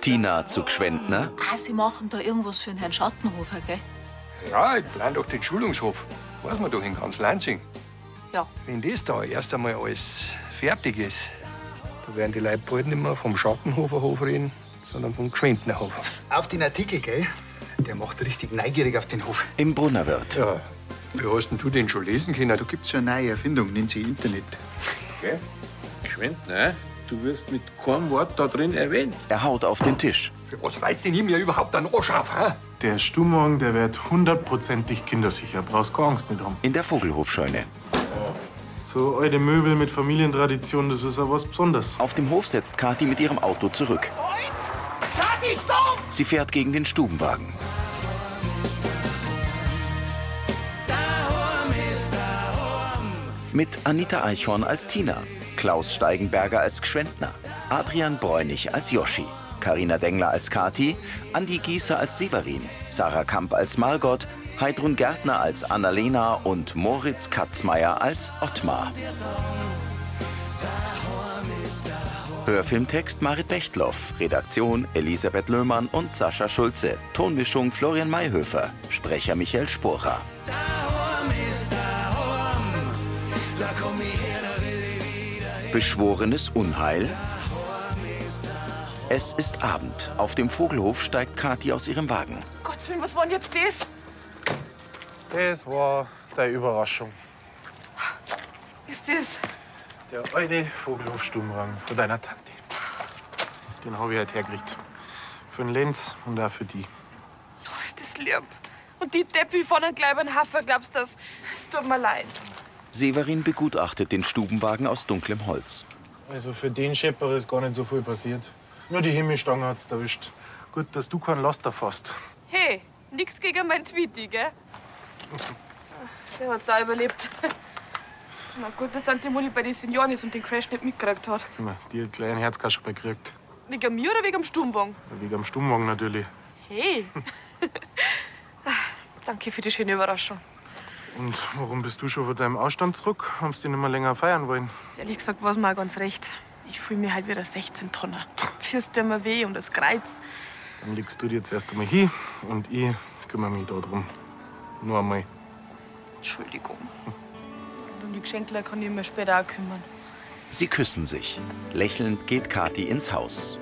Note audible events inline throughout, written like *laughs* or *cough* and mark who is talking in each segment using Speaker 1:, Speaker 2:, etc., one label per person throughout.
Speaker 1: Tina Zugschwendner,
Speaker 2: Ah, Sie machen da irgendwas für den Herrn Schattenhofer, gell?
Speaker 3: Ja, ich plan doch den Schulungshof. Weiß man doch in ganz Lansing.
Speaker 2: Ja.
Speaker 3: Wenn das da erst einmal alles fertig ist, da werden die Leute bald nicht mehr vom Schattenhoferhof reden, sondern vom Geschwendnerhof.
Speaker 4: Auf den Artikel, gell? Der macht richtig neugierig auf den Hof.
Speaker 1: im Brunnerwirt.
Speaker 3: Ja, wie hast denn du den schon lesen können? Du
Speaker 4: Gibt's eine neue Erfindung, nennt sie Internet.
Speaker 5: Schwendner, ne? du wirst mit keinem Wort da drin erwähnt.
Speaker 1: Er haut auf den Tisch.
Speaker 3: was reizt denn ihm ja überhaupt an Arsch auf, hä?
Speaker 6: Der Stummwagen, der wird hundertprozentig kindersicher. Brauchst keine Angst nicht haben.
Speaker 1: In der Vogelhofscheune.
Speaker 6: So alte Möbel mit Familientradition, das ist ja was Besonderes.
Speaker 1: Auf dem Hof setzt Kathi mit ihrem Auto zurück. Sie fährt gegen den Stubenwagen. Mit Anita Eichhorn als Tina, Klaus Steigenberger als Gschwendner, Adrian Bräunig als Joschi, Karina Dengler als Kati, Andi Gießer als Severin, Sarah Kamp als Margot, Heidrun Gärtner als Annalena und Moritz Katzmeier als Ottmar. Hörfilmtext Marit Bechtloff, Redaktion Elisabeth Löhmann und Sascha Schulze, Tonmischung Florian Mayhöfer, Sprecher Michael Sporer. Beschworenes Unheil. Es ist Abend. Auf dem Vogelhof steigt Kathi aus ihrem Wagen.
Speaker 7: Gottes Willen, was war denn jetzt das?
Speaker 6: Das war deine Überraschung.
Speaker 7: Ist das?
Speaker 6: Der alte Vogelhofstummwagen von deiner Tante. Den habe ich halt hergekriegt. Für den Lenz und auch für die.
Speaker 7: Oh, ist das lieb. Und die Deppi von einem kleinen Hafer, glaubst du das? Es tut mir leid.
Speaker 1: Severin begutachtet den Stubenwagen aus dunklem Holz.
Speaker 6: Also für den Schepper ist gar nicht so viel passiert. Nur die Himmelstange hat's erwischt. Gut, dass du keinen Laster fasst.
Speaker 7: Hey, nix gegen mein Tweety, *laughs* gell? Der hat's da überlebt. *laughs* Na gut, dass Tante Moni bei den Senioren ist und den Crash nicht mitgekriegt hat.
Speaker 6: Na, Dir hat kleinen Herzkasperl gekriegt.
Speaker 7: Wegen mir oder wegen dem Sturmwagen?
Speaker 6: Wegen am Stummwagen natürlich.
Speaker 7: *laughs* Hey. Ah, Danke für die schöne Überraschung.
Speaker 6: Und warum bist du schon von deinem Ausstand zurück? Haben sie dich nicht mehr länger feiern wollen?
Speaker 7: Ehrlich gesagt, war's mal ganz recht. Ich fühle mich halt wie ein 16 Tonner. Fürs tut mir weh und das Kreuz.
Speaker 6: Dann legst du dir jetzt erst einmal hin und ich kümmere mich da drum. Nur einmal.
Speaker 7: Entschuldigung. Und um die Geschenkler kann ich mir später auch kümmern.
Speaker 1: Sie küssen sich. Lächelnd geht Kathi ins Haus.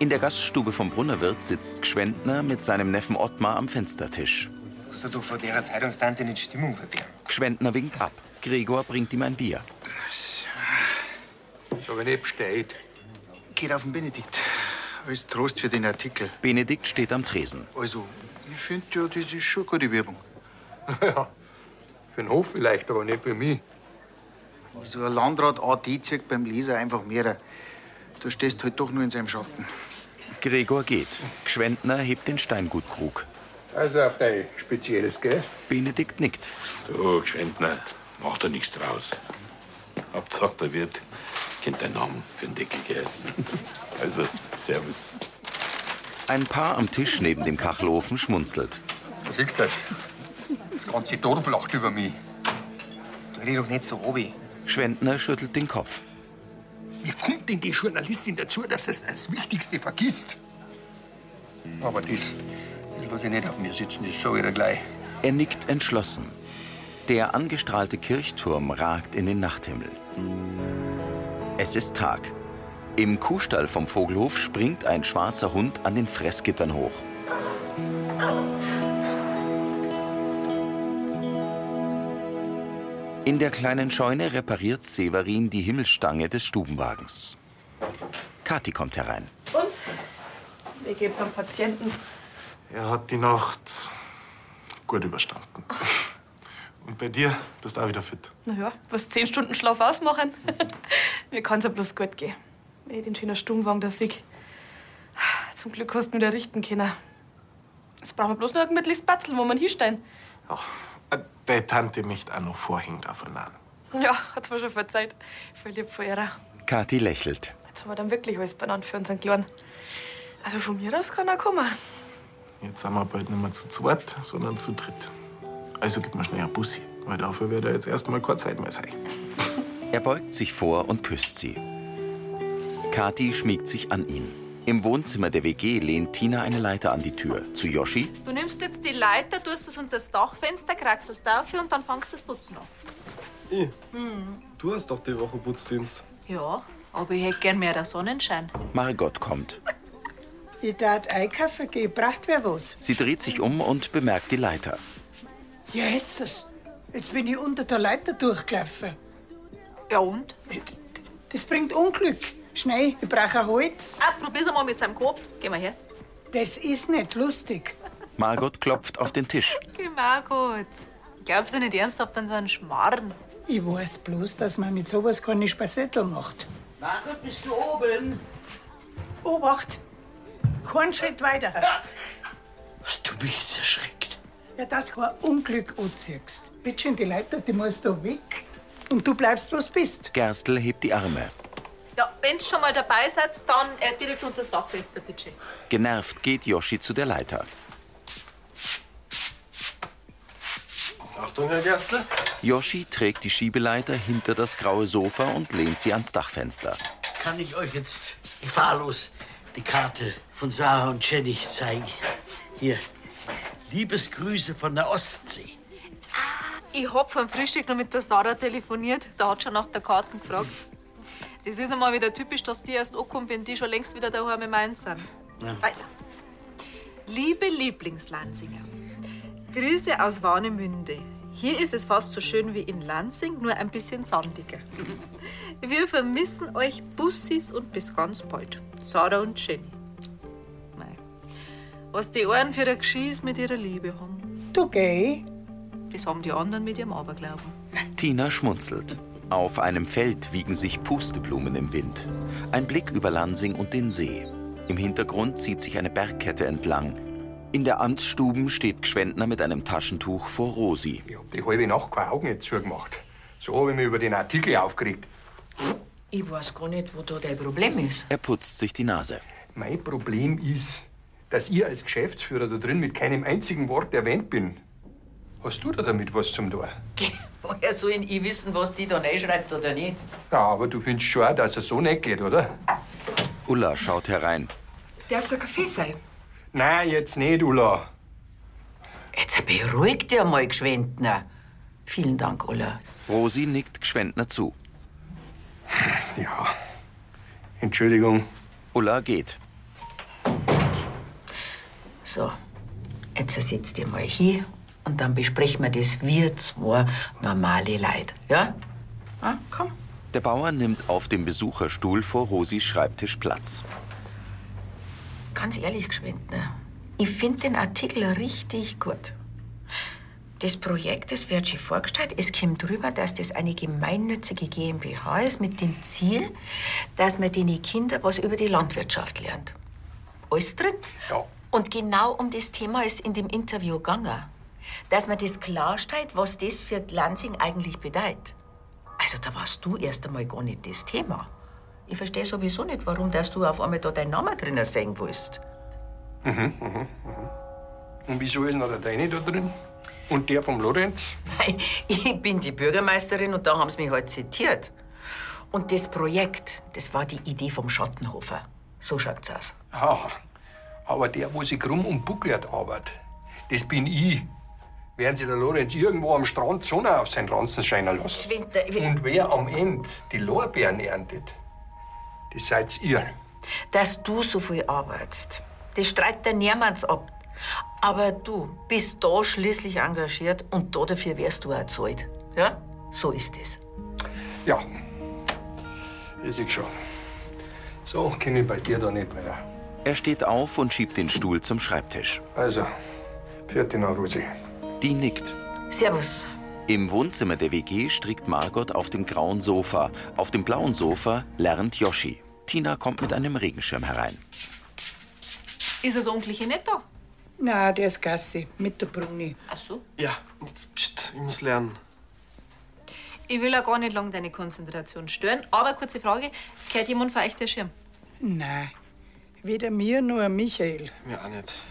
Speaker 1: In der Gaststube vom Brunnerwirt sitzt Gschwendner mit seinem Neffen Ottmar am Fenstertisch.
Speaker 8: Musst du doch vor derer Zeitungstante nicht Stimmung verderben.
Speaker 1: Gschwendner winkt ab. Gregor bringt ihm ein Bier.
Speaker 3: So, wenn nicht bestellt.
Speaker 4: Geht auf den Benedikt. Als Trost für den Artikel.
Speaker 1: Benedikt steht am Tresen.
Speaker 4: Also, ich finde ja, das ist schon gute Werbung.
Speaker 3: Für den Hof vielleicht, aber nicht für mich.
Speaker 4: So ein Landrat AD zirkt beim Leser einfach mehr. Du stehst halt doch nur in seinem Schatten.
Speaker 1: Gregor geht. Gschwendner hebt den Steingutkrug.
Speaker 3: Also auf dein spezielles, gell?
Speaker 1: Benedikt nickt.
Speaker 5: Du, Schwendner, mach da nichts draus. Hauptsache, der Wirt kennt deinen Namen für den Deckel, gell? Also, Servus.
Speaker 1: Ein Paar am Tisch neben dem Kachelofen schmunzelt.
Speaker 3: Du siehst das. Das ganze Dorf lacht über mich.
Speaker 8: Jetzt tu dich doch nicht so obi.
Speaker 1: Gschwendner schüttelt den Kopf.
Speaker 3: Wie kommt denn die Journalistin dazu, dass sie das Wichtigste vergisst? Aber das, das lasse ich nicht auf mir sitzen, das sage ich dir gleich.
Speaker 1: Er nickt entschlossen. Der angestrahlte Kirchturm ragt in den Nachthimmel. Es ist Tag. Im Kuhstall vom Vogelhof springt ein schwarzer Hund an den Fressgittern hoch. In der kleinen Scheune repariert Severin die Himmelsstange des Stubenwagens. Kathi kommt herein.
Speaker 7: Und? Wie geht's am Patienten?
Speaker 6: Er hat die Nacht gut überstanden. Und bei dir bist du auch wieder fit.
Speaker 7: Na ja, was zehn Stunden Schlaf *laughs* ausmachen? Mir kann's ja bloß gut gehen. Wenn ich den schönen Sturmwagen da sieg. Zum Glück hast du ihn wieder richten können. Jetzt brauchen wir bloß noch ein gemütliches Batzel, wo man hinstehen.
Speaker 6: Ach, äh, deine Tante möchte auch noch Vorhänge davon an.
Speaker 7: Ja, hat's mir schon verzeiht. Voll lieb von ihrer.
Speaker 1: Kathi lächelt.
Speaker 7: Jetzt haben wir dann wirklich alles benannt für unseren Kleinen. Also von mir aus kann er kommen.
Speaker 6: Jetzt sind wir bald nicht mehr zu zweit, sondern zu dritt. Also gib mir schnell ein Bussi, weil dafür wird er jetzt erstmal keine Zeit mehr sein.
Speaker 1: Er beugt sich vor und küsst sie. Kathi schmiegt sich an ihn. Im Wohnzimmer der WG lehnt Tina eine Leiter an die Tür. Zu Yoshi.
Speaker 2: Du nimmst jetzt die Leiter, tust es unter das Dachfenster, kriegst es dafür und dann fangst du das Putzen an.
Speaker 9: Du hast doch die Woche Putzdienst.
Speaker 2: Ja, aber ich hätte gern mehr der Sonnenschein.
Speaker 1: Margot kommt.
Speaker 10: Ich darf einkaufen gehen, braucht wer was?
Speaker 1: Sie dreht sich um und bemerkt die Leiter.
Speaker 10: Jesus, jetzt bin ich unter der Leiter durchgelaufen.
Speaker 2: Ja und?
Speaker 10: Das bringt Unglück. Schnell, ich brauche ein Holz.
Speaker 2: Ah, probier's einmal mit seinem Kopf. Geh mal her.
Speaker 10: Das ist nicht lustig.
Speaker 1: Margot klopft auf den Tisch.
Speaker 2: Geh mal gut. Glaubst du nicht ernsthaft an so einen Schmarrn?
Speaker 10: Ich weiß bloß, dass man mit sowas keine Spassettel macht.
Speaker 11: Margot, bist du oben?
Speaker 10: Obacht! Keinen Schritt weiter.
Speaker 11: Hast du mich jetzt erschreckt?
Speaker 10: Ja, dass kein Unglück anziehst. Bitte schön, die Leiter, die musst du weg. Und du bleibst, was bist.
Speaker 1: Gerstl hebt die Arme.
Speaker 2: Ja, wenn's schon mal dabei seid, dann äh, direkt unter das Dachfenster, bitte.
Speaker 1: Genervt geht Yoshi zu der Leiter.
Speaker 9: Achtung, Herr Gerstl.
Speaker 1: Yoshi trägt die Schiebeleiter hinter das graue Sofa und lehnt sie ans Dachfenster.
Speaker 11: Kann ich euch jetzt gefahrlos die Karte von Sarah und Jenny zeigen? Hier. Liebesgrüße von der Ostsee.
Speaker 2: Ich hab vom Frühstück noch mit der Sarah telefoniert. Da hat schon nach der Karten gefragt. Das ist einmal wieder typisch, dass die erst ankommen, wenn die schon längst wieder daheim im Main sind. Also, liebe Lieblingslanzinger, Grüße aus Warnemünde. Hier ist es fast so schön wie in Lansing, nur ein bisschen sandiger. Wir vermissen euch Bussis und bis ganz bald. Sarah und Jenny. Nein. Was die einen für ein Geschiss mit ihrer Liebe haben,
Speaker 10: Du geh.
Speaker 2: das haben die anderen mit ihrem Aberglauben.
Speaker 1: Tina schmunzelt. Auf einem Feld wiegen sich Pusteblumen im Wind. Ein Blick über Lansing und den See. Im Hintergrund zieht sich eine Bergkette entlang. In der Amtsstuben steht Gschwendner mit einem Taschentuch vor Rosi.
Speaker 3: Ich hab die halbe Nacht keine Augen jetzt zugemacht. So habe ich mich über den Artikel aufgeregt.
Speaker 12: Ich weiß gar nicht, wo da dein Problem ist.
Speaker 1: Er putzt sich die Nase.
Speaker 3: Mein Problem ist, dass ich als Geschäftsführer da drin mit keinem einzigen Wort erwähnt bin. Hast du da damit was zum Tor?
Speaker 12: Woher soll denn ich wissen, was die da reinschreibt oder nicht?
Speaker 3: Ja, aber du findest schon, auch, dass es so nicht geht, oder?
Speaker 1: Ulla schaut herein.
Speaker 12: Darf es ein Kaffee sein?
Speaker 3: Nein, jetzt nicht, Ulla.
Speaker 12: Jetzt beruhig dich einmal, Geschwendner. Vielen Dank, Ulla.
Speaker 1: Rosi nickt Gschwendner zu.
Speaker 3: Ja. Entschuldigung.
Speaker 1: Ulla geht.
Speaker 12: So, jetzt setz dich mal hier und dann besprechen wir das, wir zwei normale Leute. Ja? Ah, komm.
Speaker 1: Der Bauer nimmt auf dem Besucherstuhl vor Rosis Schreibtisch Platz.
Speaker 12: Ganz ehrlich, Geschwindner, ich finde den Artikel richtig gut. Das Projekt, das wird schon vorgestellt, es kommt drüber, dass das eine gemeinnützige GmbH ist mit dem Ziel, dass man den Kindern was über die Landwirtschaft lernt. Alles drin?
Speaker 3: Ja.
Speaker 12: Und genau um das Thema ist in dem Interview gegangen. Dass man das klarstellt, was das für Lansing eigentlich bedeutet. Also da warst du erst einmal gar nicht das Thema. Ich verstehe sowieso nicht, warum dass du auf einmal da deinen Namen drinnen sehen willst.
Speaker 3: Und wieso ist noch der deine da drin? Und der vom Lorenz?
Speaker 12: Nein, *laughs* ich bin die Bürgermeisterin und da haben sie mich heute halt zitiert. Und das Projekt, das war die Idee vom Schattenhofer. So schaut's aus.
Speaker 3: Ja. Ah, Aber der, wo sich krumm und buckelt arbeitet, das bin ich. Werden Sie der Lorenz irgendwo am Strand die Sonne auf seinen Ranzen scheinen lassen?
Speaker 12: Winter,
Speaker 3: Und wer am Ende die Lorbeeren erntet, das seid ihr.
Speaker 12: dass du so viel arbeitest, das streitet dir niemand ab. Aber du bist da schließlich engagiert und da dafür wärst du auch zahlt. Ja? So ist es.
Speaker 3: Ja, ist ich schon. So komme ich bei dir da nicht weiter.
Speaker 1: Er steht auf und schiebt den Stuhl zum Schreibtisch.
Speaker 3: Also, vierte noch, Rosi.
Speaker 1: Die nickt.
Speaker 12: Servus.
Speaker 1: Im Wohnzimmer der WG strickt Margot auf dem grauen Sofa. Auf dem blauen Sofa lernt Yoshi. Tina kommt mit einem Regenschirm herein.
Speaker 2: Ist das Onkelchen nicht da?
Speaker 10: Na, der ist Gassi, mit der Bruni.
Speaker 2: Ach so.
Speaker 9: Ja, jetzt, pst, ich muss lernen.
Speaker 2: Ich will ja gar nicht lang deine Konzentration stören, aber kurze Frage: Gehört jemand von euch der Schirm?
Speaker 10: Nein, weder mir noch ein Michael.
Speaker 9: Mir auch nicht.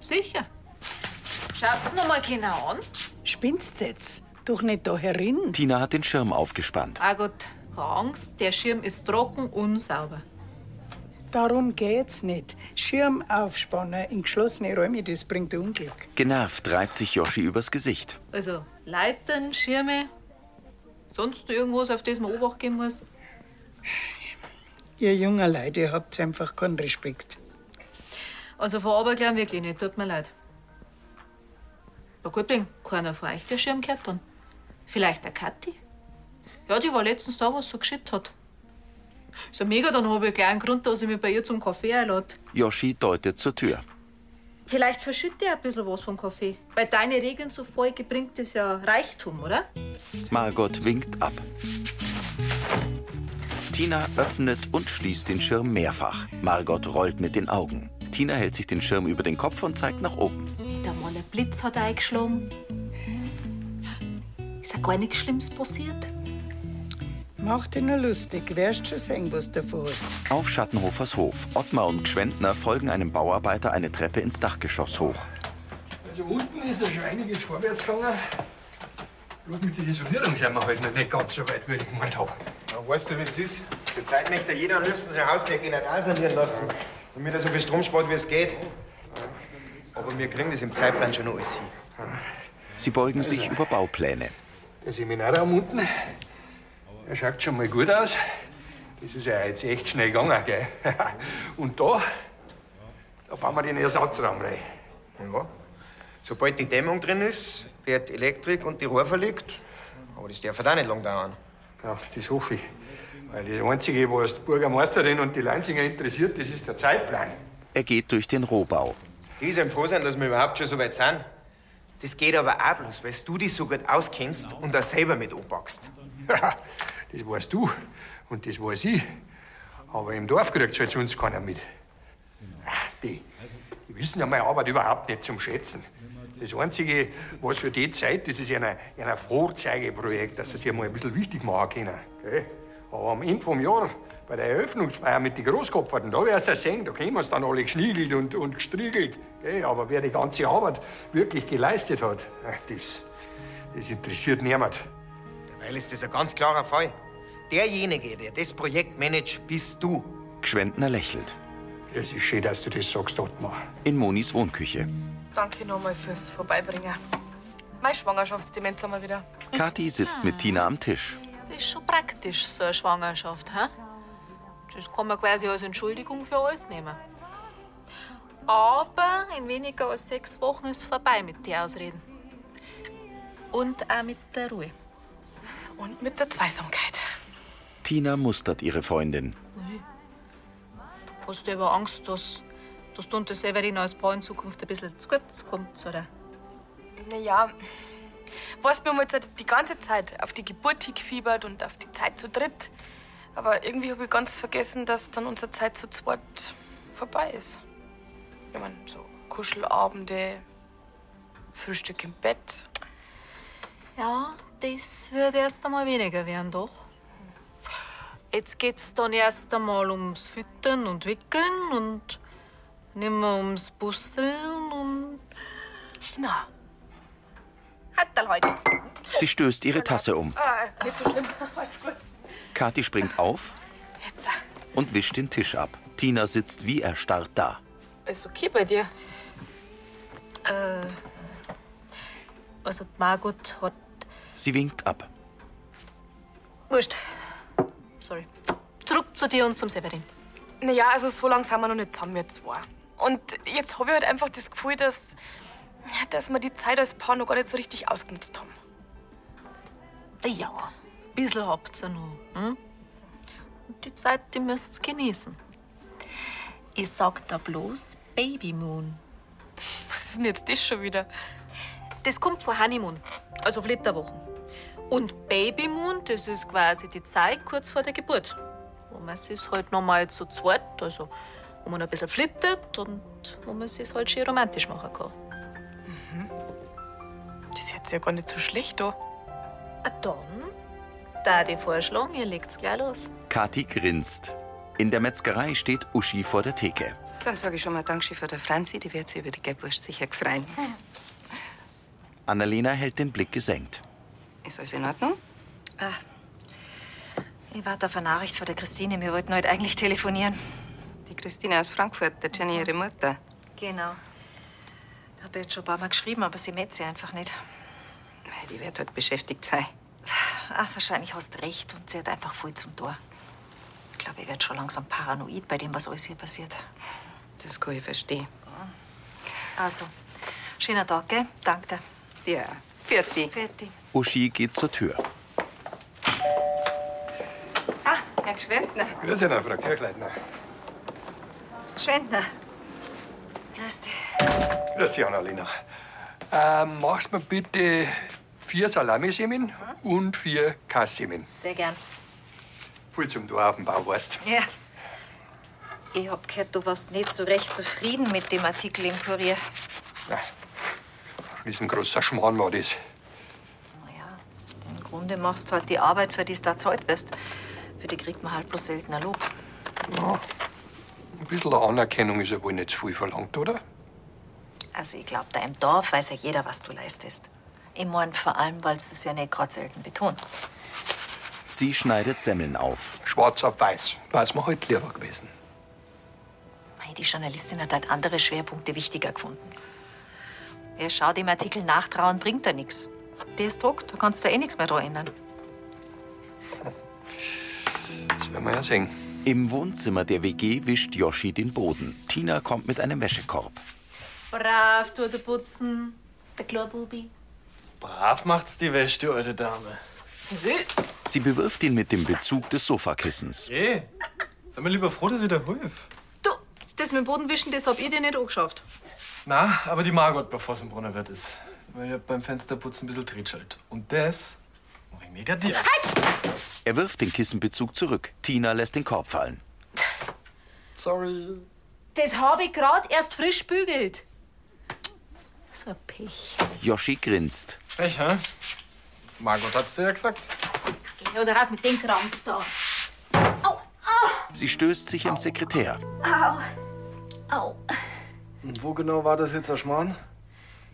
Speaker 2: Sicher. Schaut's noch mal genau an.
Speaker 10: Spinnst jetzt? Doch nicht da herin.
Speaker 1: Tina hat den Schirm aufgespannt.
Speaker 2: Ah Gott, keine Angst, der Schirm ist trocken und sauber.
Speaker 10: Darum geht's nicht. Schirm aufspannen in geschlossene Räume, das bringt Unglück.
Speaker 1: Genervt reibt sich Yoshi übers Gesicht.
Speaker 2: Also Leitern, Schirme, sonst irgendwas, auf das man Obacht geben muss.
Speaker 10: Ihr junger Leute, ihr habt einfach keinen Respekt.
Speaker 2: Also von Aberglauben wirklich nicht, tut mir leid. Na gut, wenn keiner von euch der Schirm gehört dann. Vielleicht der Kathi? Ja, die war letztens da, was so geschickt hat. So mega, dann habe ich gleich einen Grund, dass ich mich bei ihr zum Kaffee einlade.
Speaker 1: Yoshi deutet zur Tür.
Speaker 2: Vielleicht verschütte ich ein bisschen was vom Kaffee. Weil deine Regeln so Folge bringt es ja Reichtum, oder?
Speaker 1: Margot winkt ab. Tina öffnet und schließt den Schirm mehrfach. Margot rollt mit den Augen. Tina hält sich den Schirm über den Kopf und zeigt nach oben.
Speaker 2: Nicht einmal ein Blitz hat eingeschlagen. Ist ja gar nichts Schlimmes passiert.
Speaker 10: Mach dich nur lustig, wirst schon sehen, was du davon hast.
Speaker 1: Auf Schattenhofers Hof. Ottmar und Gschwendner folgen einem Bauarbeiter eine Treppe ins Dachgeschoss hoch.
Speaker 3: Also unten ist ja schon einiges vorwärts gegangen. Bloß mit der Isolierung sind wir halt noch nicht ganz so weit, wie ich gemeint habe.
Speaker 8: weißt du, wie es ist? Zur Zeit möchte jeder am liebsten sein Haus gleich in den sanieren lassen, damit er so viel Strom spart, wie es geht. Aber wir kriegen das im Zeitplan schon noch alles hin.
Speaker 1: Sie beugen sich über Baupläne.
Speaker 3: Der Seminarraum unten, der schaut schon mal gut aus. Das ist ja jetzt echt schnell gegangen, gell? *laughs* Und da, da bauen wir den Ersatzraum rein.
Speaker 8: Ja. Sobald die Dämmung drin ist, wird Elektrik und die Rohr verlegt. Aber das darf halt auch nicht lang dauern.
Speaker 3: Ja, das hoffe ich. Weil das Einzige, was die Bürgermeisterin und die Leinzinger interessiert, das ist der Zeitplan.
Speaker 1: Er geht durch den Rohbau.
Speaker 8: Die sollen froh sein, dass wir überhaupt schon so weit sind. Das geht aber auch bloß, weil du dich so gut auskennst
Speaker 9: Genau.
Speaker 8: und auch selber mit anpackst.
Speaker 3: Ja, das weißt du und das weiß ich. Aber im Dorf kriegt halt sonst keiner mit. Ach, die, die wissen ja meine Arbeit überhaupt nicht zum Schätzen. Das Einzige, was für die Zeit, das ist ja ein, ein Vorzeigeprojekt, dass sie sich mal ein bisschen wichtig machen können. Gell? Aber am Ende vom Jahr, bei der Eröffnungsfeier mit den Großkopferten, da wirst du sehen, da kommen sie dann alle geschniegelt und, und gestriegelt. Gell? Aber wer die ganze Arbeit wirklich geleistet hat, ach, das, das interessiert niemand.
Speaker 8: Weil ist das ein ganz klarer Fall. Derjenige, der das Projekt managt, bist du.
Speaker 1: Gschwendner lächelt.
Speaker 3: Es ist schön, dass du das sagst, Ottmar.
Speaker 1: In Monis Wohnküche.
Speaker 7: Danke nochmal fürs Vorbeibringen. Meine Schwangerschaftsdemenz haben wir wieder.
Speaker 1: Kathi sitzt mit Tina am Tisch.
Speaker 2: Das ist schon praktisch, so eine Schwangerschaft. He? Das kann man quasi als Entschuldigung für alles nehmen. Aber in weniger als sechs Wochen ist vorbei mit den Ausreden. Und auch mit der Ruhe.
Speaker 7: Und mit der Zweisamkeit.
Speaker 1: Tina mustert ihre Freundin.
Speaker 2: Hast du aber Angst, dass, dass du und der Severin als Paar in Zukunft ein bisschen zu kurz kommt, oder?
Speaker 7: Naja, was wir haben jetzt halt die ganze Zeit auf die Geburt hingefiebert und auf die Zeit zu dritt. Aber irgendwie habe ich ganz vergessen, dass dann unsere Zeit zu zweit vorbei ist. Ich meine, so Kuschelabende, Frühstück im Bett.
Speaker 2: Ja, das wird erst einmal weniger werden, doch. Jetzt geht's dann erst einmal ums Füttern und Wickeln und nimmer ums Busseln und.
Speaker 7: Tina!
Speaker 2: Hatterl heute.
Speaker 1: Sie stößt ihre Tasse um.
Speaker 7: Ah, nicht so schlimm. Alles gut.
Speaker 1: Kathi springt auf
Speaker 7: Jetzt.
Speaker 1: und wischt den Tisch ab. Tina sitzt wie erstarrt da.
Speaker 7: Ist okay bei dir?
Speaker 2: Äh, also, die Margot hat.
Speaker 1: Sie winkt ab.
Speaker 2: Wurscht. Sorry. Zurück zu dir und zum Severin.
Speaker 7: Naja, also so lange sind wir noch nicht zusammen, wir zwei. Und jetzt habe ich halt einfach das Gefühl, dass, dass wir die Zeit als Paar noch gar nicht so richtig ausgenutzt haben.
Speaker 2: Ja, ein bisschen habt ihr noch. Hm? Und die Zeit, die müsst ihr genießen. Ich sag da bloß Baby Moon.
Speaker 7: Was ist denn jetzt das schon wieder?
Speaker 2: Das kommt von Honeymoon, also Flitterwochen. Und Baby Moon, das ist quasi die Zeit kurz vor der Geburt. Wo man sich halt nochmal zu zweit, also wo man ein bisschen flittert und wo man sich halt schön romantisch machen kann.
Speaker 7: Das hört sich ja gar nicht so schlecht an.
Speaker 2: Ah, Dann, da die vorschlagen, ihr legt's gleich los.
Speaker 1: Kathi grinst. In der Metzgerei steht Uschi vor der Theke.
Speaker 13: Dann sage ich schon mal Dankeschön für der Franzi, die wird sich über die Gelbwurst sicher gefreien.
Speaker 1: Annalena hält den Blick gesenkt.
Speaker 13: Ist alles in Ordnung?
Speaker 14: Ah. Ich warte auf eine Nachricht von der Christine. Wir wollten heute eigentlich telefonieren.
Speaker 13: Die Christine aus Frankfurt, der Jenny ihre Mutter.
Speaker 14: Genau. Ich habe jetzt schon ein paar Mal geschrieben, aber sie meldet sich einfach nicht.
Speaker 13: Mei, Die wird heute beschäftigt sein.
Speaker 14: Ach, Ah, wahrscheinlich hast du recht und sie hat einfach voll zum Tor. Ich glaube, ich werde schon langsam paranoid bei dem, was alles hier passiert.
Speaker 13: Das kann ich verstehen.
Speaker 14: Also, schöner Tag, gell? Danke dir.
Speaker 13: Ja, Pfiat
Speaker 14: Fertig.
Speaker 1: Uschi geht zur Tür.
Speaker 13: Ah, Herr Gschwendner.
Speaker 3: Grüß Sie, Frau Kirchleitner.
Speaker 14: Schwendner. Grüß dich.
Speaker 3: Grüß dich, Annalena. Ähm, machst mir bitte vier Salamisemen und vier Kassemen.
Speaker 14: Sehr gern.
Speaker 3: Voll zum Tor auf dem Bau, weißt
Speaker 14: Ja. Ich hab gehört, du warst nicht so recht zufrieden mit dem Artikel im Kurier.
Speaker 3: du. Riesengroßer Schmarrn war das.
Speaker 14: Im Grunde machst du halt die Arbeit, für die du da zahlt wirst. Für die kriegt man halt bloß seltener Lob.
Speaker 3: Ja. Ein bisschen Anerkennung ist ja wohl nicht zu viel verlangt, oder?
Speaker 14: Also ich glaube, da im Dorf weiß ja jeder, was du leistest. Ich mein, vor allem, weil du es ja nicht gerade selten betonst.
Speaker 1: Sie schneidet Semmeln auf.
Speaker 3: Schwarz auf weiß. Weiß man heute halt lieber gewesen.
Speaker 14: Mei, die Journalistin hat halt andere Schwerpunkte wichtiger gefunden. Wer schaut dem Artikel nachtrauen, bringt da nichts. Der ist druckt, da kannst du eh nichts mehr dran ändern.
Speaker 3: Das werden wir ja sehen.
Speaker 1: Im Wohnzimmer der WG wischt Yoshi den Boden. Tina kommt mit einem Wäschekorb.
Speaker 2: Brav, tut er putzen. Der Klarbubi.
Speaker 9: Brav macht's die Wäsche, die alte Dame.
Speaker 1: Sie bewirft ihn mit dem Bezug des Sofakissens.
Speaker 9: Hey, sind wir lieber froh, dass ich da half.
Speaker 2: Das mit dem Bodenwischen, das hab ich dir nicht angeschafft.
Speaker 9: Na, aber die Margot, bevor es im Brunner wird, ist. Weil ich hab beim Fensterputzen ein bisschen tritschelt. Und das mach ich mega dir.
Speaker 8: Halt!
Speaker 1: Er wirft den Kissenbezug zurück. Tina lässt den Korb fallen.
Speaker 9: Sorry.
Speaker 2: Das habe ich gerade erst frisch bügelt. So ein Pech.
Speaker 1: Yoshi grinst.
Speaker 9: Echt, hä? Margot hat's dir ja gesagt.
Speaker 2: Ja, da rauf mit dem Krampf da.
Speaker 1: Sie stößt sich am Sekretär.
Speaker 2: Au. Au.
Speaker 9: Und wo genau war das jetzt, der Schmarrn?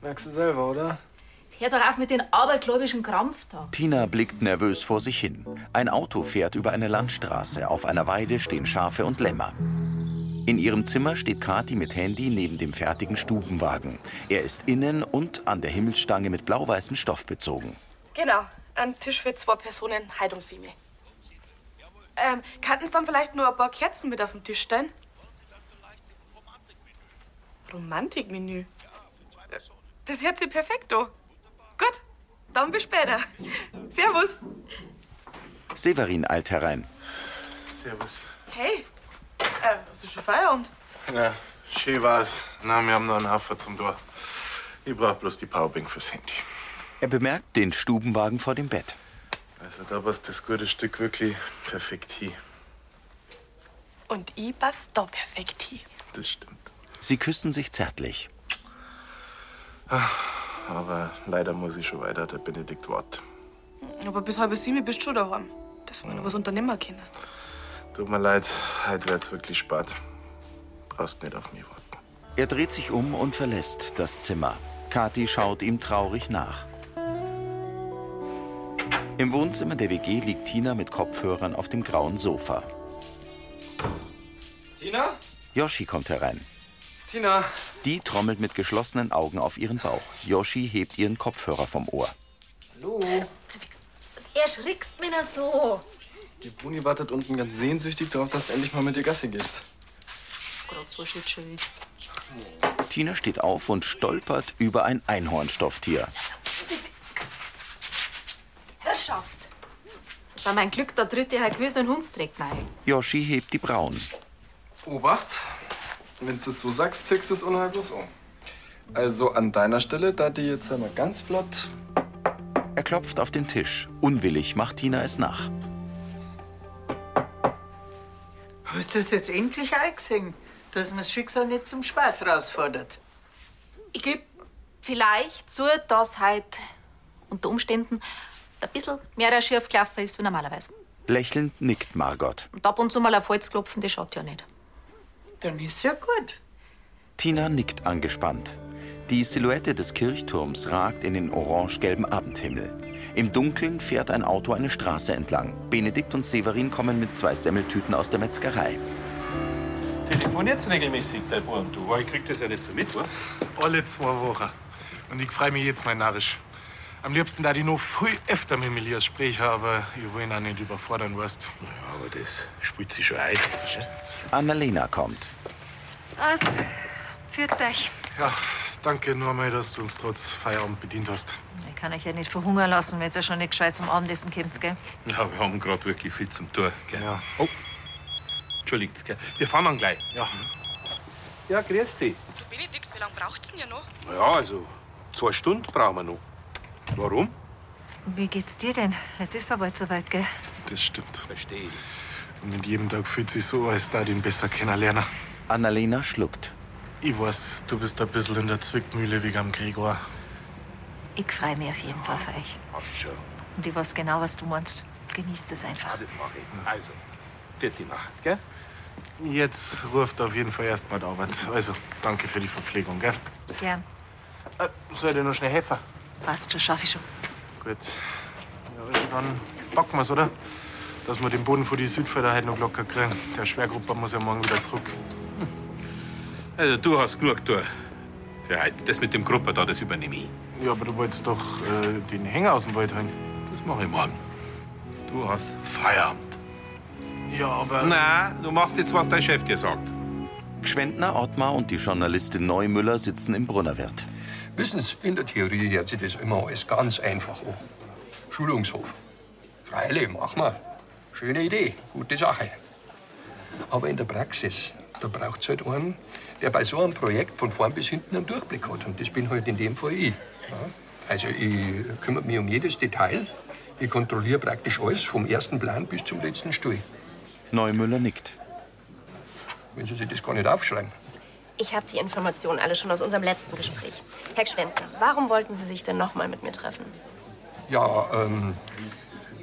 Speaker 9: Merkst du selber, oder?
Speaker 2: Hör doch auf mit den abergläubischen Krampf da.
Speaker 1: Tina blickt nervös vor sich hin. Ein Auto fährt über eine Landstraße. Auf einer Weide stehen Schafe und Lämmer. In ihrem Zimmer steht Kathi mit Handy neben dem fertigen Stubenwagen. Er ist innen und an der Himmelsstange mit blau-weißem Stoff bezogen.
Speaker 7: Genau, ein Tisch für zwei Personen, heute um sieben. Ähm, könnten Sie dann vielleicht nur ein paar Kerzen mit auf den Tisch stellen? Romantikmenü? Äh, Das hört sich perfekt an. Gut, dann bis später. Servus.
Speaker 1: Severin eilt herein.
Speaker 6: Servus.
Speaker 7: Hey, äh, hast du schon Feierabend?
Speaker 6: Ja, schön war's. Na, wir haben noch einen Hafer zum Tor. Ich brauch bloß die Powerbank fürs Handy.
Speaker 1: Er bemerkt den Stubenwagen vor dem Bett.
Speaker 6: Also, da passt das gute Stück wirklich perfekt hin.
Speaker 7: Und ich pass da perfekt hin.
Speaker 6: Das stimmt.
Speaker 1: Sie küssen sich zärtlich.
Speaker 6: Aber leider muss ich schon weiter, der Benedikt Wort.
Speaker 7: Aber bis halb sieben bist du schon daheim. Dass wir noch was unternehmen können.
Speaker 6: Tut mir leid, heute wird's wirklich spät. Brauchst nicht auf mich warten.
Speaker 1: Er dreht sich um und verlässt das Zimmer. Kathi schaut ihm traurig nach. Im Wohnzimmer der WG liegt Tina mit Kopfhörern auf dem grauen Sofa.
Speaker 9: Tina?
Speaker 1: Yoshi kommt herein.
Speaker 9: Tina!
Speaker 1: Die trommelt mit geschlossenen Augen auf ihren Bauch. Yoshi hebt ihren Kopfhörer vom Ohr.
Speaker 9: Hallo?
Speaker 2: Erschrickst mich nicht so.
Speaker 9: Die Bruni wartet unten ganz sehnsüchtig darauf, dass du endlich mal mit ihr Gassi gehst.
Speaker 2: Gerade so shit schön.
Speaker 1: Tina steht auf und stolpert über ein Einhornstofftier.
Speaker 2: Herrschaft. So bei meinem Glück, da tritt ja halt gewesen ein Hundstreck rein.
Speaker 1: Yoshi hebt die Brauen.
Speaker 9: Obacht! Wenn du es so sagst, zickst du es unheimlich um. Also an deiner Stelle, da die jetzt einmal ganz flott.
Speaker 1: Er klopft auf den Tisch. Unwillig macht Tina es nach.
Speaker 10: Hast du das jetzt endlich eingesehen, dass man das Schicksal nicht zum Spaß herausfordert?
Speaker 2: Ich gebe vielleicht zu, dass halt unter Umständen ein bisschen mehr schief gelaufen ist wie normalerweise.
Speaker 1: Lächelnd nickt Margot.
Speaker 2: Und ab und zu mal auf Holz klopfen, das schaut ja nicht.
Speaker 10: Dann ist ja gut.
Speaker 1: Tina nickt angespannt. Die Silhouette des Kirchturms ragt in den orangegelben Abendhimmel. Im Dunkeln fährt ein Auto eine Straße entlang. Benedikt und Severin kommen mit zwei Semmeltüten aus der Metzgerei.
Speaker 6: Telefoniert's regelmäßig, dein Bruder und du? Ich krieg das ja nicht so mit, was? Alle zwei Wochen. Und ich freue mich jetzt mal narrisch. Am liebsten da ich noch viel öfter mit dem Elias sprechen, aber ich will ihn auch nicht überfordern, weißt du. Ja, aber das spielt sich schon ein.
Speaker 1: Annalena kommt.
Speaker 15: Also, führt euch.
Speaker 6: Ja, danke nur mal, dass du uns trotz Feierabend bedient hast.
Speaker 14: Ich kann euch ja nicht verhungern lassen, wenn ihr schon nicht gescheit zum Abendessen kommt, gell?
Speaker 5: Ja, wir haben gerade wirklich viel zum Tor. Gell? Ja. Oh, entschuldigt, gell? Wir fahren dann gleich. Ja.
Speaker 6: Ja, grüß dich.
Speaker 16: Du Benedikt, wie lange braucht's denn ja noch?
Speaker 5: Ja, also zwei Stunden brauchen wir noch. Warum?
Speaker 14: Wie geht's dir denn? Jetzt ist aber bald soweit, gell?
Speaker 6: Das stimmt. Verstehe Und mit jedem Tag fühlt sich so, als da den besser kennenlernen.
Speaker 1: Annalena schluckt.
Speaker 6: Ich weiß, du bist ein bisschen in der Zwickmühle wegen am Gregor.
Speaker 14: Ich freue mich auf jeden Fall für euch.
Speaker 5: Also schon.
Speaker 14: Und ich weiß genau, was du meinst. Genießt es einfach.
Speaker 5: Das mache ich. Also, wird die Nacht, gell?
Speaker 6: Jetzt ruft auf jeden Fall erstmal die Arbeit. Also, danke für die Verpflegung, gell?
Speaker 14: Gern.
Speaker 6: Äh, soll ich dir noch schnell helfen?
Speaker 14: Passt schon, schaff ich schon.
Speaker 6: Gut. Ja, also dann packen wir's, oder? Dass wir den Boden von die Südfelder heute noch locker kriegen. Der Schwergruppe muss ja morgen wieder zurück.
Speaker 5: Also, du hast genug getan für heute. Das mit dem Gruppe da, das übernehme ich.
Speaker 6: Ja, aber du wolltest doch äh, den Hänger aus dem Wald holen.
Speaker 5: Das mache ich morgen. Du hast Feierabend.
Speaker 6: Ja, aber.
Speaker 5: Nein, du machst jetzt, was dein Chef dir sagt.
Speaker 1: Gschwendner, Ottmar und die Journalistin Neumüller sitzen im Brunnerwirt.
Speaker 3: Wissen Sie, in der Theorie hört sich das immer alles ganz einfach an. Schulungshof. Freilich, machen wir. Schöne Idee, gute Sache. Aber in der Praxis, da braucht es halt einen, der bei so einem Projekt von vorn bis hinten einen Durchblick hat. Und das bin halt in dem Fall ich. Ja? Also ich kümmere mich um jedes Detail. Ich kontrolliere praktisch alles, vom ersten Plan bis zum letzten Stuhl.
Speaker 1: Neumüller nickt.
Speaker 3: Wenn Sie sich das gar nicht aufschreiben.
Speaker 17: Ich habe die Informationen alle schon aus unserem letzten Gespräch. Herr Schwendner, warum wollten Sie sich denn nochmal mit mir treffen?
Speaker 3: Ja, ähm,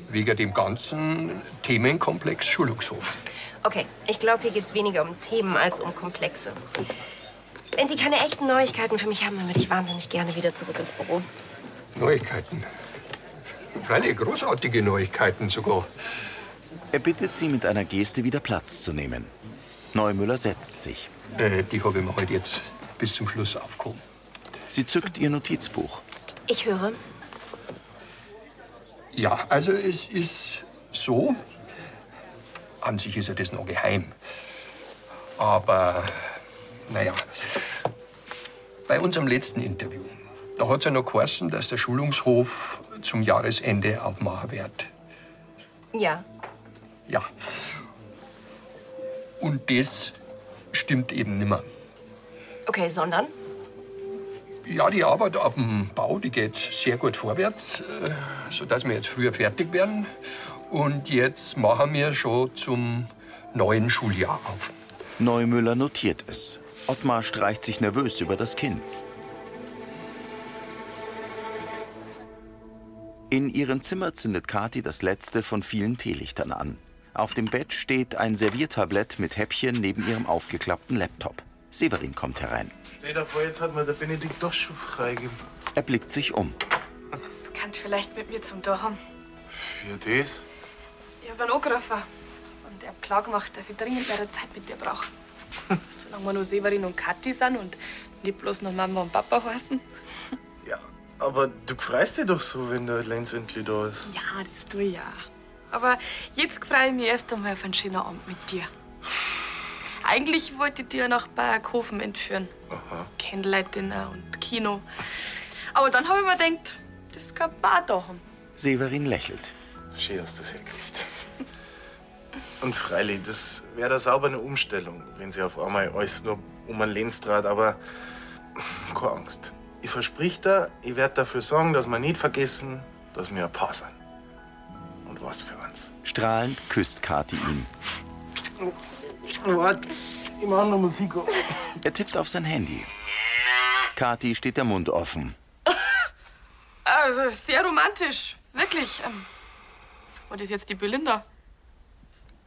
Speaker 3: wegen dem ganzen Themenkomplex Schulungshof.
Speaker 17: Okay, ich glaube, hier geht es weniger um Themen als um Komplexe. Wenn Sie keine echten Neuigkeiten für mich haben, dann würde ich wahnsinnig gerne wieder zurück ins Büro.
Speaker 3: Neuigkeiten. Freilich großartige Neuigkeiten sogar.
Speaker 1: Er bittet sie mit einer Geste wieder Platz zu nehmen. Neumüller setzt sich.
Speaker 3: Äh, die habe ich mir heute jetzt bis zum Schluss aufgehoben.
Speaker 1: Sie zückt ihr Notizbuch.
Speaker 17: Ich höre.
Speaker 3: Ja, also es ist so. An sich ist ja das noch geheim. Aber, naja, bei unserem letzten Interview, da hat es ja noch geheißen, dass der Schulungshof zum Jahresende aufmachen wird.
Speaker 17: Ja,
Speaker 3: Ja. Und das stimmt eben nimmer.
Speaker 17: okay, sondern?
Speaker 3: Ja, die Arbeit auf dem Bau, die geht sehr gut vorwärts, äh, sodass wir jetzt früher fertig werden. Und jetzt machen wir schon zum neuen Schuljahr auf.
Speaker 1: Neumüller notiert es. Ottmar streicht sich nervös über das Kinn. In ihrem Zimmer zündet Kathi das letzte von vielen Teelichtern an. Auf dem Bett steht ein Serviertablett mit Häppchen neben ihrem aufgeklappten Laptop. Severin kommt herein.
Speaker 6: Stell dir vor, jetzt hat mir der Benedikt doch schon freigegeben.
Speaker 1: Er blickt sich um.
Speaker 7: Das kann vielleicht mit mir zum Dorn.
Speaker 6: Für das?
Speaker 7: Ich hab ihn angerufen. Und er hat klar gemacht, dass ich dringend mehr Zeit mit
Speaker 17: *laughs*
Speaker 7: dir brauche. Solange wir nur Severin und Kathi sind und nicht bloß noch Mama und Papa heißen.
Speaker 6: Aber du freust dich doch so, wenn der Lenz endlich da ist.
Speaker 7: Ja, das tue ich ja. Aber jetzt freue ich mich erst einmal auf einen schönen Abend mit dir. Eigentlich wollte ich dir nach Bayerkofen entführen.
Speaker 6: Aha.
Speaker 7: Candlelight-Dinner und Kino. Aber dann habe ich mir gedacht, das kann man auch da haben.
Speaker 1: Severin lächelt.
Speaker 6: Schön, dass du das herkriegt. Und freilich, das wäre da sauber eine Umstellung, wenn sie auf einmal alles nur um einen Lenz dreht, aber keine Angst. Ich versprich dir, ich werde dafür sorgen, dass wir nicht vergessen, dass wir ein Paar sind. Und was für uns.
Speaker 1: Strahlend küsst Kathi ihn.
Speaker 6: Warte, ich mache noch Musik.
Speaker 1: Er tippt auf sein Handy. Kathi steht der Mund offen.
Speaker 7: Also sehr romantisch, wirklich. Ähm, Und ist jetzt die Belinda?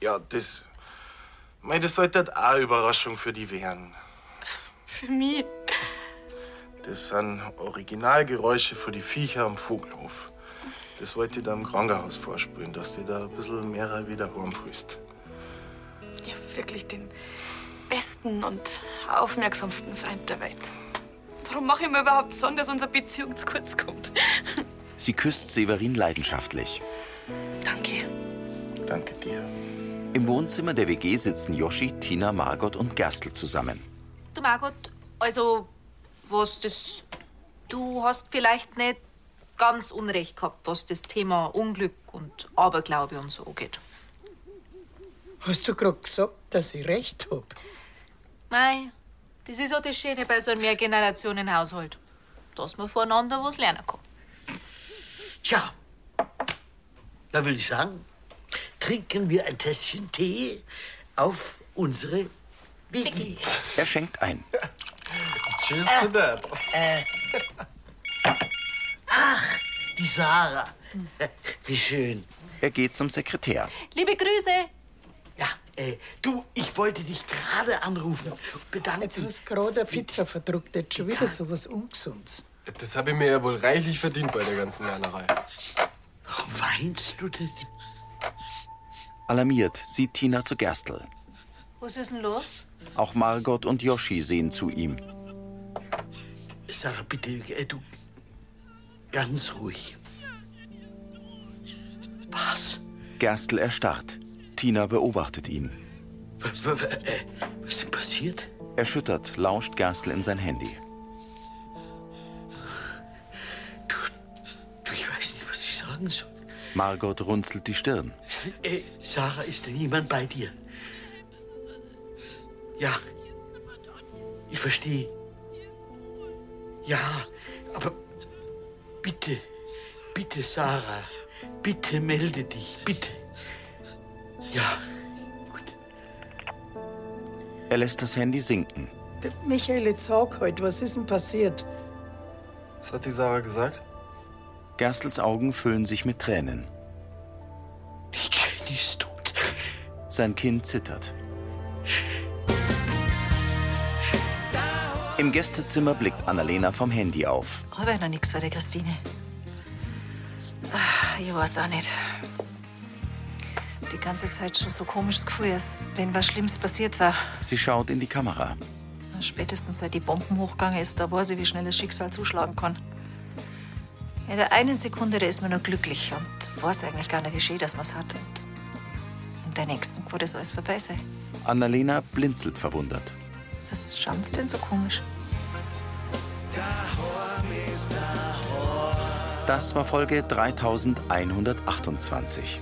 Speaker 6: Ja, das. Mei, das sollte halt auch eine Überraschung für die werden.
Speaker 7: Für mich.
Speaker 6: Das sind Originalgeräusche von die Viecher am Vogelhof. Das wollte ich da im Krankenhaus vorspielen, dass du da ein bisschen mehr wieder heimfriest.
Speaker 7: Ich hab wirklich den besten und aufmerksamsten Freund der Welt. Warum mache ich mir überhaupt Sorgen, dass unsere Beziehung zu kurz kommt? *laughs*
Speaker 1: Sie küsst Severin leidenschaftlich.
Speaker 7: Danke.
Speaker 6: Danke dir.
Speaker 1: Im Wohnzimmer der WG sitzen Yoshi, Tina, Margot und Gerstl zusammen.
Speaker 2: Du, Margot, also, was das. Du hast vielleicht nicht ganz unrecht gehabt, was das Thema Unglück und Aberglaube und so angeht.
Speaker 10: Hast du gerade gesagt, dass ich recht hab?
Speaker 2: Mei, das ist ja das Schöne bei so einem Mehrgenerationenhaushalt, dass man voneinander was lernen kann.
Speaker 11: Tja,
Speaker 2: da
Speaker 11: würde ich sagen, trinken wir ein Tässchen Tee auf unsere Wiki.
Speaker 1: Er schenkt ein.
Speaker 6: Tschüss to that.
Speaker 11: Äh, ach, die Sarah. *laughs* Wie schön.
Speaker 1: Er geht zum Sekretär.
Speaker 2: Liebe Grüße!
Speaker 11: Äh, du, ich wollte dich gerade anrufen. Bedanken.
Speaker 10: Jetzt hast du gerade eine Pizza verdruckt. Jetzt schon wieder sowas Ungesundes.
Speaker 9: Das habe ich mir ja wohl reichlich verdient bei der ganzen Lernerei.
Speaker 11: Warum weinst du denn?
Speaker 1: Alarmiert sieht Tina zu Gerstl.
Speaker 2: Was ist denn los?
Speaker 1: Auch Margot und Yoshi sehen zu ihm.
Speaker 11: Sarah, bitte, äh, du. Ganz ruhig. Was?
Speaker 1: Gerstl erstarrt. Tina beobachtet ihn.
Speaker 11: W- w- äh, Was ist denn passiert?
Speaker 1: Erschüttert lauscht Gerstl in sein Handy.
Speaker 11: Du, ich weiß nicht, was ich sagen soll.
Speaker 1: Margot runzelt die Stirn.
Speaker 11: Äh, Sarah, ist denn jemand bei dir? Ja. Ich verstehe. Ja, aber bitte, bitte, Sarah, bitte melde dich, bitte. Ja,
Speaker 1: Er lässt das Handy sinken.
Speaker 10: Der Michael, jetzt sag halt, was ist denn passiert?
Speaker 9: Was hat die Sarah gesagt?
Speaker 1: Gerstls Augen füllen sich mit Tränen.
Speaker 11: Die Jenny ist tot.
Speaker 1: Sein Kind zittert. Im Gästezimmer blickt Annalena vom Handy auf.
Speaker 14: Aber noch nichts für die Christine. Ah, Ich weiß auch nicht. Die ganze Zeit schon so komisches Gefühl, als wenn was Schlimmes passiert war.
Speaker 1: Sie schaut in die Kamera.
Speaker 14: Spätestens seit die Bomben hochgegangen ist, da weiß ich, wie schnell das Schicksal zuschlagen kann. In der einen Sekunde, da ist man nur glücklich und weiß eigentlich gar nicht geschehen, dass man es hat. Und in der nächsten kann das alles vorbei sein.
Speaker 1: Annalena blinzelt verwundert.
Speaker 14: Was schauen Sie denn so komisch?
Speaker 1: Das war Folge 3128.